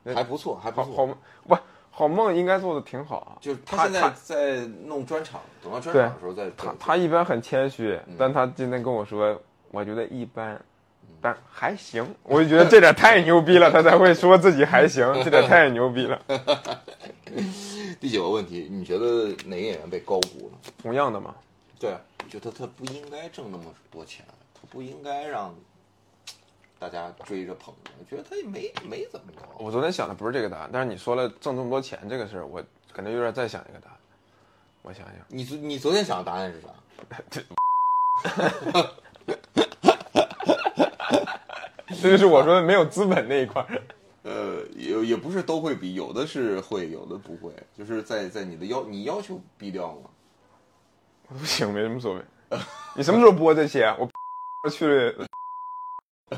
那
还不错，还嗯不
哎好好
错，
梦不好梦应该做的挺好啊。
就是他
他
现在在弄专场，等到专场的时候再
他
再
他一般很谦虚，
嗯
但他今天跟我说，我觉得一般。但还行，我就觉得这点太牛逼了，他才会说自己还
[LAUGHS]
行，这点太牛逼了。
第九个问题，你觉得哪个演员被高估了？
同样的嘛，啊
对，觉得他不应该挣那么多钱，他不应该让大家追着捧着，我觉得他也没没怎么着。
我昨天想的不是这个答案，但是你说了挣这么多钱这个事儿，我感觉有点再想一个答案。我想想，
你昨你昨天想的答案是啥？
这 [LAUGHS] 就是我说的没有资本那一块儿。
呃，也也不是都会比，有的是会，有的不会，就是在在你的要你要求逼掉吗？
[LAUGHS] 不行，没什么所谓。你什么时候播这些啊？我 [LAUGHS] 去，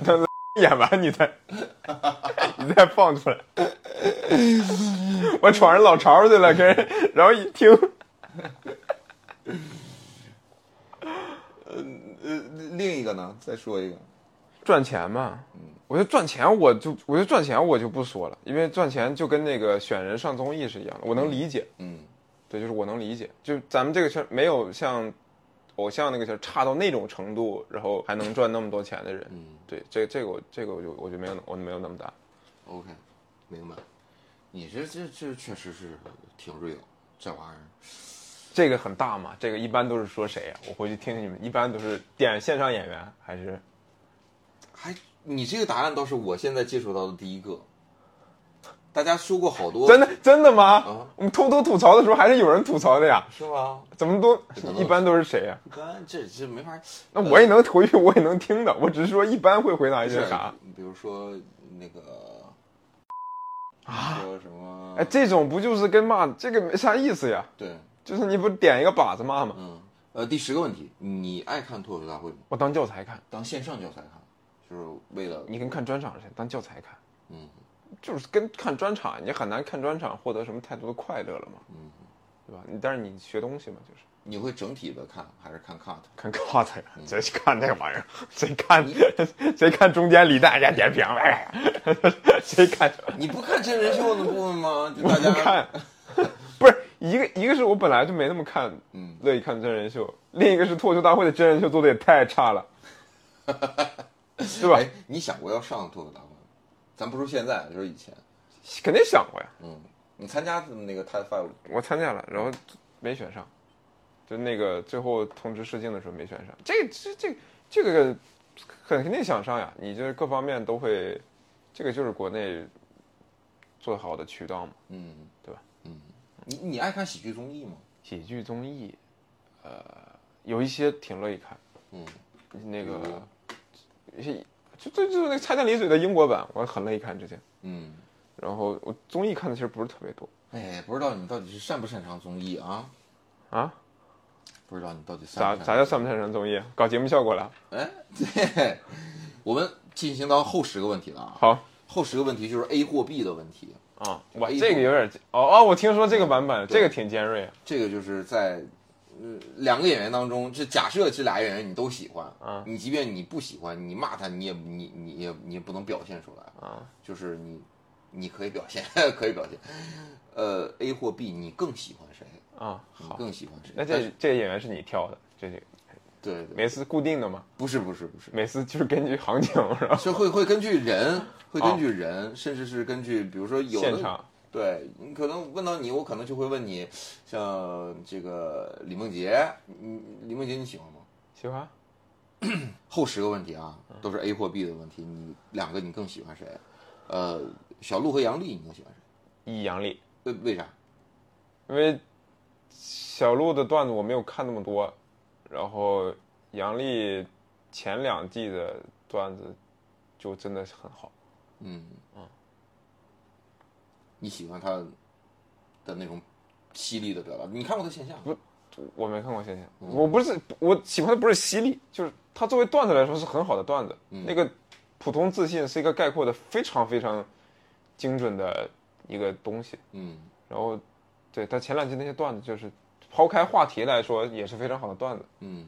等 [LAUGHS] 演完你再， [LAUGHS] 你再放出来。 [LAUGHS] 我闯人老巢去了，跟人，然后一听，
呃，另一个呢？再说一个，
赚钱嘛，我觉得赚钱，我就我觉得赚钱我就不说了，因为赚钱就跟那个选人上综艺是一样的，我能理解。
嗯
对，就是我能理解，就咱们这个圈儿没有像偶像那个圈儿差到那种程度，然后还能赚那么多钱的人。
嗯
对，这这个我这个我就我就没有我没有那么大。
，OK，明白。你这这这确实是挺 real，这玩意儿。
这个很大嘛，这个一般都是说谁呀、我回去听听你们，一般都是点线上演员还是
还，你这个答案倒是我现在接触到的第一个。大家修过好多，
真的真的吗
嗯？
我们偷偷吐槽的时候，还是有人吐槽的呀。
是吧？
怎么都
这能
一般都是谁呀、
你看这这没法，
那我也能 [LAUGHS] 回去，我也能听的。我只是说一般会回答一
不
些
嗯是啊
啥。？
呃比如说那个啊，说什么？
哎，这种不就是跟骂这个没啥意思呀？
对，
就是你不点一个靶子骂吗？
嗯，呃，第十个问题，你爱看脱口秀大会吗？
我当教材看，
当线上教材看，就是为了
你跟看专场似的，当教材看，
嗯
就是跟看专场，你很难看专场获得什么太多的快乐了嘛，
嗯，
对吧？你但是你学东西嘛，就是
你会整体的看还是看 cut？
看 cut 呀，
嗯
谁看这玩意儿？谁看？谁看中间李诞人家点评？哎， [LAUGHS] 谁看？
你不看真人秀的部分吗？就
我
大
不
家
看，不是一个一个是我本来就没那么看，
嗯
乐意看真人秀；另一个是脱口秀大会的真人秀做的也太
[LAUGHS]
差了，对吧？
哎，你想过要上脱口大会吗？咱不说现在，就是以前，
肯定想过呀，
嗯，你参加那个 Ted Five
我参加了，然后没选上，就那个最后通知试镜的时候没选上。这这这这个很肯定想上呀，你这各方面都会，这个就是国内做好的渠道嘛。
嗯，
对吧？
嗯，你你爱看喜剧综艺吗？
喜剧综艺，呃，有一些挺乐意看，
嗯，
那
比
个一些就就就是那个蔡健林嘴的英国版，我很乐意看之前。
嗯，
然后我综艺看的其实不是特别多
哎，不知道你到底是擅不擅长综艺啊？
啊，
不知道你到底擅
咋
不擅
咋叫算不擅长综艺？搞节目效果了？
哎，对，我们进行到后十个问题了啊。
好。
后十个问题就是 A 或 B 的问题，
啊，我
A
这
部
个有点哦哦，我听说这个版本，
对
这个挺尖锐啊
这个就是在。呃，两个演员当中，这假设这俩演员你都喜欢，
嗯
你即便你不喜欢，你骂他，你也你你也你也不能表现出来，
啊。
就是你你可以表现， [LAUGHS] 可以表现。呃，A 或 B，你更喜欢谁？
啊，
你
好，
更喜欢谁？
那
但
这
是
这个演员是你挑的，这是
对对，
每次固定的吗？
不是不是不是，
每次就是根据行情是吧？
就会会根据人，会根据人，甚至是根据比如说有
现
的
场
对，你可能问到你，我可能就会问你，像这个李梦洁，你李梦洁你喜欢吗？
喜欢
后十个问题啊，
嗯
都是 A 或 B 的问题，你两个你更喜欢谁？呃，小鹿和杨笠你更喜欢谁？
易杨笠，
为为啥？
因为小鹿的段子我没有看那么多，然后杨笠前两季的段子就真的是很好，
嗯你喜欢他的那种犀利的表达？你看过他线下吗？
我没看过谢谢，
嗯
我不是我喜欢的不是犀利，就是他作为段子来说是很好的段子。
嗯
那个普通自信是一个概括的非常非常精准的一个东西。
嗯
然后，对他前两期那些段子，就是抛开话题来说也是非常好的段子。
嗯，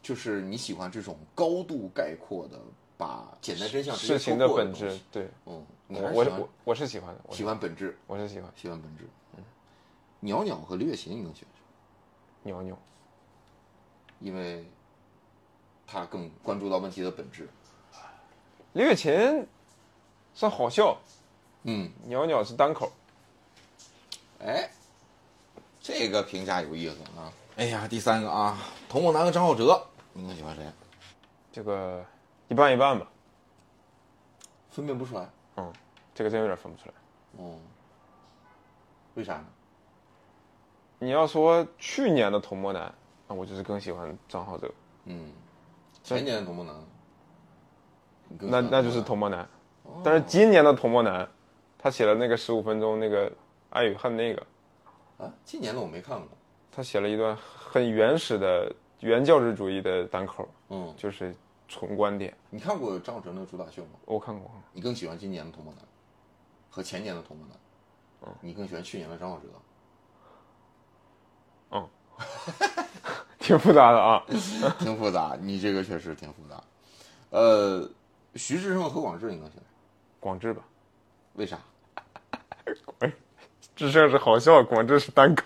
就是你喜欢这种高度概括的，把简单真相直接
事情
说
的
破
本
东
质
西，
对
嗯，你
我
还是
我
喜
是
欢
我我是喜欢的，我
喜
是
欢本质，
我是喜欢
喜欢本质。嗯，袅袅和刘雪琴你更喜欢谁？
牛牛。
因为他更关注到问题的本质。
李雪琴算好笑，
嗯，
鸟鸟是单口。
哎，这个评价有意思啊。哎呀，第三个啊，童梦楠和张浩哲，你更喜欢谁？
这个一半一半吧，
分辨不出来。
嗯，这个真有点分不出来。
哦，为啥呢？
你要说去年的童漠男，那我就是更喜欢张浩哲，
嗯，前年的童梦楠，你更喜
那
欢
那就是
童梦
童漠男。但是今年的童漠男，他写了那个十五分钟那个爱与恨那个，
楠啊，今年的我没看过。
他写了一段很原始的原教旨主义的单口，
嗯，
就是纯观点。
你看过张小哲那个主打秀吗？
我看过， [LAUGHS]
你更喜欢今年的童梦楠和前年的童梦楠？你更喜欢去年的张小哲？ [LAUGHS]
挺复杂的啊。
挺复杂，你这个确实挺复杂。呃，徐志胜和何广智，你更喜欢谁？
广智吧，
为啥？
智胜是好笑，广智是单口。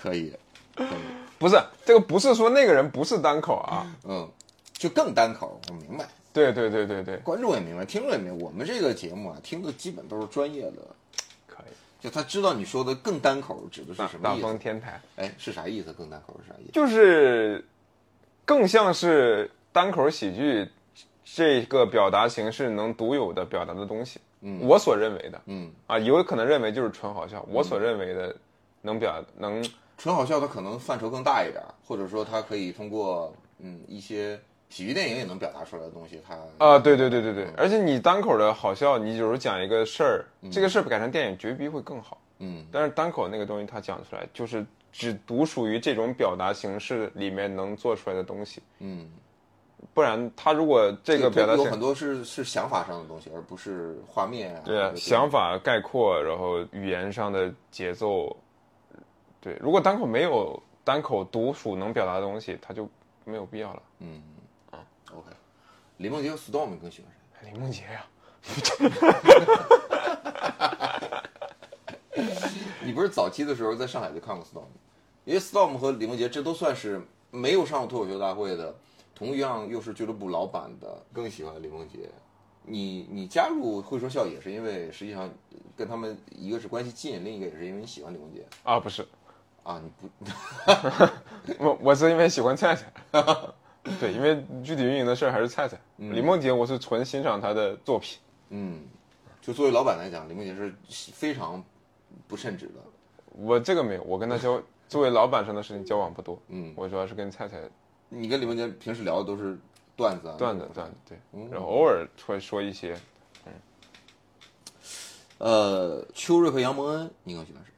可以，可以，
不是，这个不是说那个人不是单口啊。
嗯，就更单口，我明白，
对对对对对，
观众也明白，听众也明白。我们这个节目啊，听的基本都是专业的
可以。
就他知道你说的更单口指的是
大
什么
大
意
风
思？
天台
哎，是啥意思？更单口是啥意思？
就是更像是单口喜剧这个表达形式能独有的表达的东西。
嗯
我所认为的
嗯，
啊，有可能认为就是纯好笑。我所认为的能表能
纯好笑它可能范畴更大一点儿，或者说它可以通过嗯一些喜剧电影也能表达出来的东西，它
啊，对对对对
嗯
对，而且你单口的好笑，你有时候讲一个事儿，这个事儿改成电影绝逼会更好。
嗯
但是单口那个东西，它讲出来就是只独属于这种表达形式里面能做出来的东西，
嗯，
不然它如果这个表达
有
形
很多是是想法上的东西，而不是画面啊。
对
或
啊
者，是
想法概括，然后语言上的节奏，对，如果单口没有单口独属能表达的东西，它就没有必要了。
嗯啊，OK。李梦洁和 Storm 你更喜欢谁？
哎李梦洁呀、
你不是早期的时候在上海就看过 Storm，因为 Storm 和李梦洁这都算是没有上过脱口秀大会的，同样又是俱乐部老板的，更喜欢李梦洁。你你加入会说笑也是因为实际上跟他们一个是关系近，另一个也是因为你喜欢李梦洁
啊，不是，
啊，你不
我我是因为喜欢菜 [LAUGHS] 菜，对，因为具体运营的事儿还是菜菜。李梦洁，我是纯欣赏她的作品，
嗯，就作为老板来讲，李梦洁是非常不称职的，
我这个没有，我跟她交作为老板上的事情交往不多，
嗯，
我主要是跟菜菜
你跟李梦洁平时聊的都是段子啊，
段子段子对，然后偶尔会说一些
呃，秋瑞和杨蒙恩，你更喜欢谁？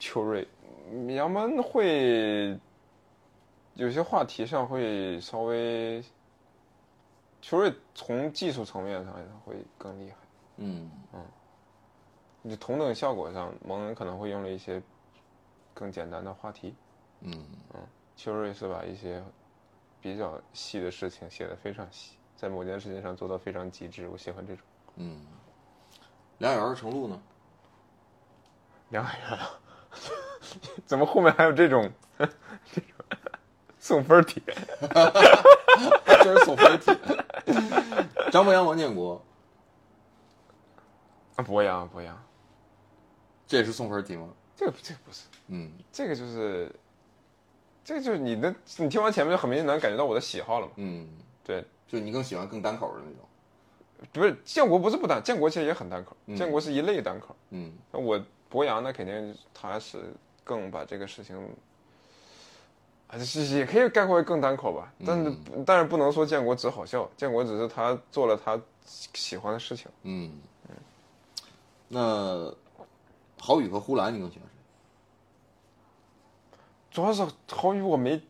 秋瑞，嗯杨门会有些话题上会稍微，秋瑞从技术层面上会更厉害，
嗯，
你同等效果上，蒙恩可能会用了一些更简单的话题，
嗯
秋瑞是把一些比较细的事情写得非常细，在某件事情上做到非常极致，我喜欢这种。
嗯，梁晓儿和程璐呢？ [LAUGHS]
梁海 [LAUGHS] 源， [LAUGHS] 怎么后面还有这种这种送分题？
这是总分题。张博洋、王建国，
啊，博洋，博 [LAUGHS] 洋，
这也是送分题吗？
这个这个不是，
嗯
这个就是，这个就是你的，你听完前面就很明显能感觉到我的喜好了嘛。
嗯，
对，
就你更喜欢更单口的那种。
不是建国不是不单，建国其实也很单口，
嗯
建国是一类单口。
嗯
那我博洋呢，肯定他是更把这个事情，啊，是也可以概括为更单口吧。但是、但是不能说建国只好笑，建国只是他做了他喜欢的事情。
嗯，那郝宇和呼兰，你更喜欢谁？
主要是郝宇我没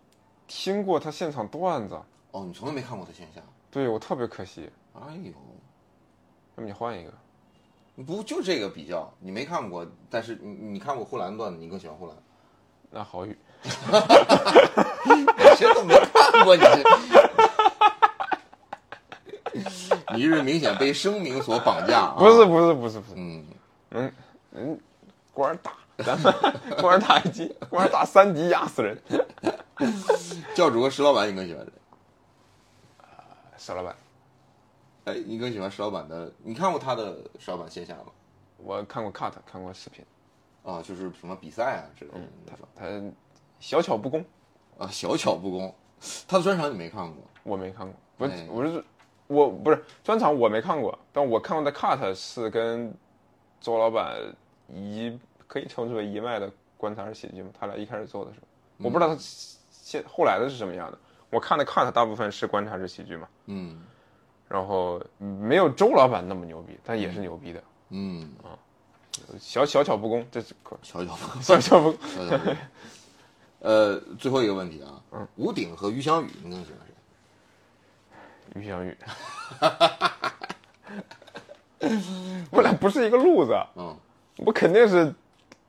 听过他现场段子，
哦，你从来没看过他线下。
对我特别可惜。
哎呦，
要不你换一个？
不就这个比较，你没看过，但是你你看过呼兰段子，你更喜欢呼兰。
那郝宇。
谁都没看过你这。你是明显被声名所绑架、啊，
不是？不是不是不是，
嗯，
官儿大， [LAUGHS] 咱们官儿大一级，官儿大三级压死人。
教主和石老板，你更喜欢谁？
石老板，
哎，你更喜欢石老板的？你看过他的石老板线下吗？
我看过 cut，看过视频，
啊，就是什么比赛啊之类的那
他
种
他小巧不工，
啊，小巧不工。他的专场你没看过？
我没看过，不是
哎
我是我不是专场我没看过，但我看过的 cut 是跟周老板一可以称之为一脉的观察式喜剧嘛，他俩一开始做的时候，我不知道他现后来的是什么样的。我看的 cut 大部分是观察式喜剧嘛，
嗯
然后没有周老板那么牛逼，但也是牛逼的。
嗯，
小小巧不工，这是
小巧不工，
小巧不工，
小巧不工。呃，最后一个问题啊，吴鼎和于翔宇，你更喜欢谁？
于翔宇，我俩不是一个路子，
嗯
我肯定是，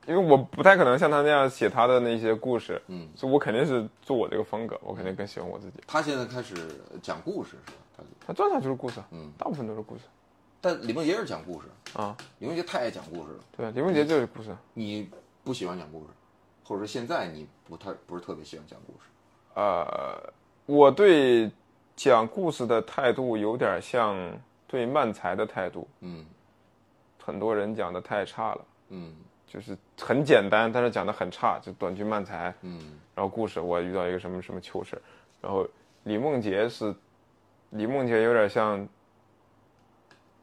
因为我不太可能像他那样写他的那些故事，
嗯，
所以我肯定是做我这个风格，我肯定更喜欢我自己。
他现在开始讲故事是吧？他
他专场就是故事，
嗯
大部分都是故事
但李梦洁是讲故事，
啊，
李梦洁太爱讲故事了。
对，林
嗯
梦洁就是故事，
你不喜欢讲故事，或者说现在你不太不是特别喜欢讲故事。
呃，我对讲故事的态度有点像对漫才的态度，
嗯
他很多人讲的太差了，
嗯
就是很简单，但是讲的很差，就短剧漫才。
嗯
然后故事我遇到一个什么什么糗事儿，然后李梦洁是李梦洁有点像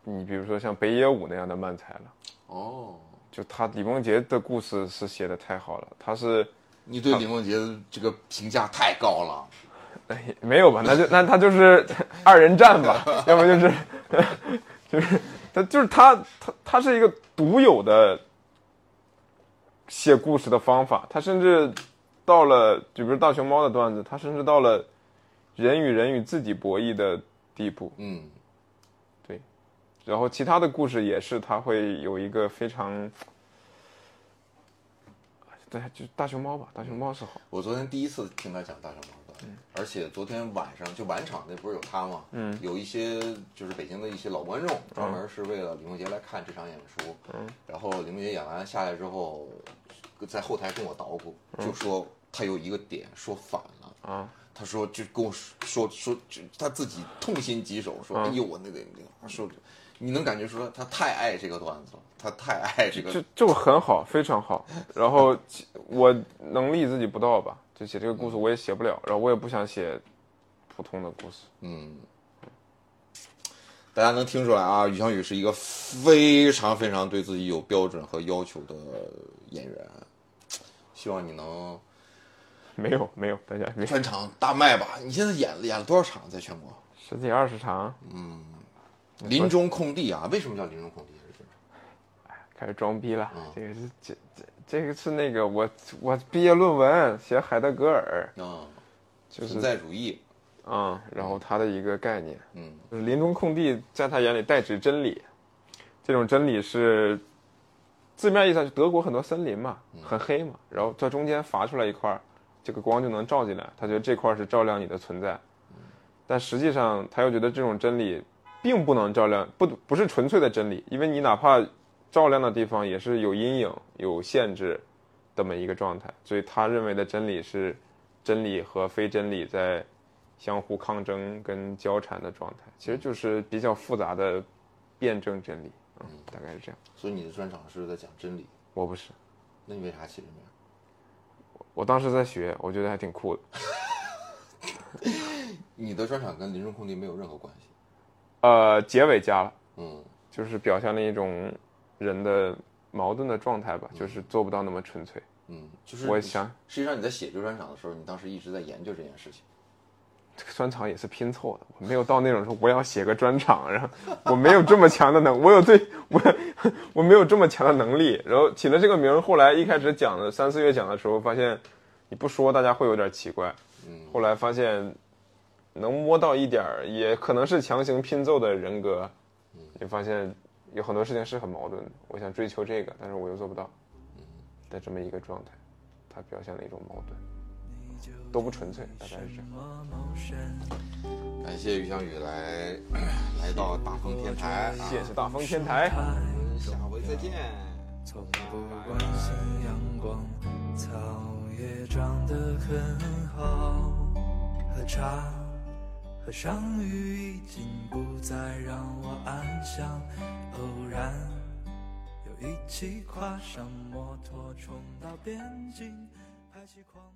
你比如说像北野武那样的漫才了，
哦，
就他李梦洁的故事是写的太好了，他是
你对李梦洁这个评价太高了，
哎没有吧？那就那他就是二人战吧，要么就是就是他就是他他他是一个独有的写故事的方法，他甚至到了就比如大熊猫的段子，他甚至到了人与人与自己博弈的地步。
嗯
然后其他的故事也是，它会有一个非常，对，就大熊猫吧，大熊猫是好，
我昨天第一次听他讲大熊猫的，而且昨天晚上就晚场那不是有他吗？嗯，有一些就是北京的一些老观众专门是为了李梦洁来看这场演出。嗯，然后李梦洁演完下来之后，在后台跟我捣鼓，就说他有一个点说反了。
啊，
他说就跟我说说说，就他自己痛心疾首，说哎呦我那个那个说，你能感觉说他太爱这个段子了，他太爱这个
就就很好，非常好。然后其我能力自己不到吧，就写这个故事我也写不了，然后我也不想写普通的故事。 [LAUGHS]
嗯，大家能听出来啊，于翔宇是一个非常非常对自己有标准和要求的演员。希望你能
没有没有，大家没有
全场大卖吧！你现在演了演了多少场？在全国
十几二十场
林中空地啊？为什么叫林中空地？
开始装逼了，
嗯
这个是这这这个是那个我我毕业论文写海德格尔，
啊，
就
存
是
在主义。
嗯，然后他的一个概念，
嗯，
就是林中空地，在他眼里代指真理，这种真理是字面意义上，就德国很多森林嘛，很黑嘛，然后在中间划出来一块儿，这个光就能照进来，他觉得这块儿是照亮你的存在，但实际上他又觉得这种真理并不能照亮，不不是纯粹的真理，因为你哪怕照亮的地方也是有阴影、有限制这么一个状态，所以他认为的真理是真理和非真理在。相互抗争跟交缠的状态，其实就是比较复杂的辩证真理，嗯，大概是这样。
所以你的专场是在讲真理，
我不是，
那你为啥起这名？
我当时在学，我觉得还挺酷的。
你的专场跟林中空地没有任何关系。
呃，结尾加了，
嗯
就是表现了一种人的矛盾的状态吧，就是做不到那么纯粹。
嗯，就是
我
你
想
实际上你在写这个专场的时候，你当时一直在研究这件事情。
这个专场也是拼凑的，我没有到那种说我要写个专场，然后我没有这么强的能，我有对我我没有这么强的能力。然后起了这个名儿，后来一开始讲的三四月讲的时候，发现你不说大家会有点奇怪，
嗯，
后来发现能摸到一点儿，也可能是强行拼凑的人格，你发现有很多事情是很矛盾的。我想追求这个，但是我又做不到，的这么一个状态，它表现了一种矛盾，都不纯粹，大概是这样。
感谢于翔哎宇来来到大风天台，啊
谢谢大风天台。
我们下回再见。
从不关心阳光，草也长得很好。喝茶，喝上雨已经不再让我安详。偶然，又一起跨上摩托，冲到边境，拍起狂。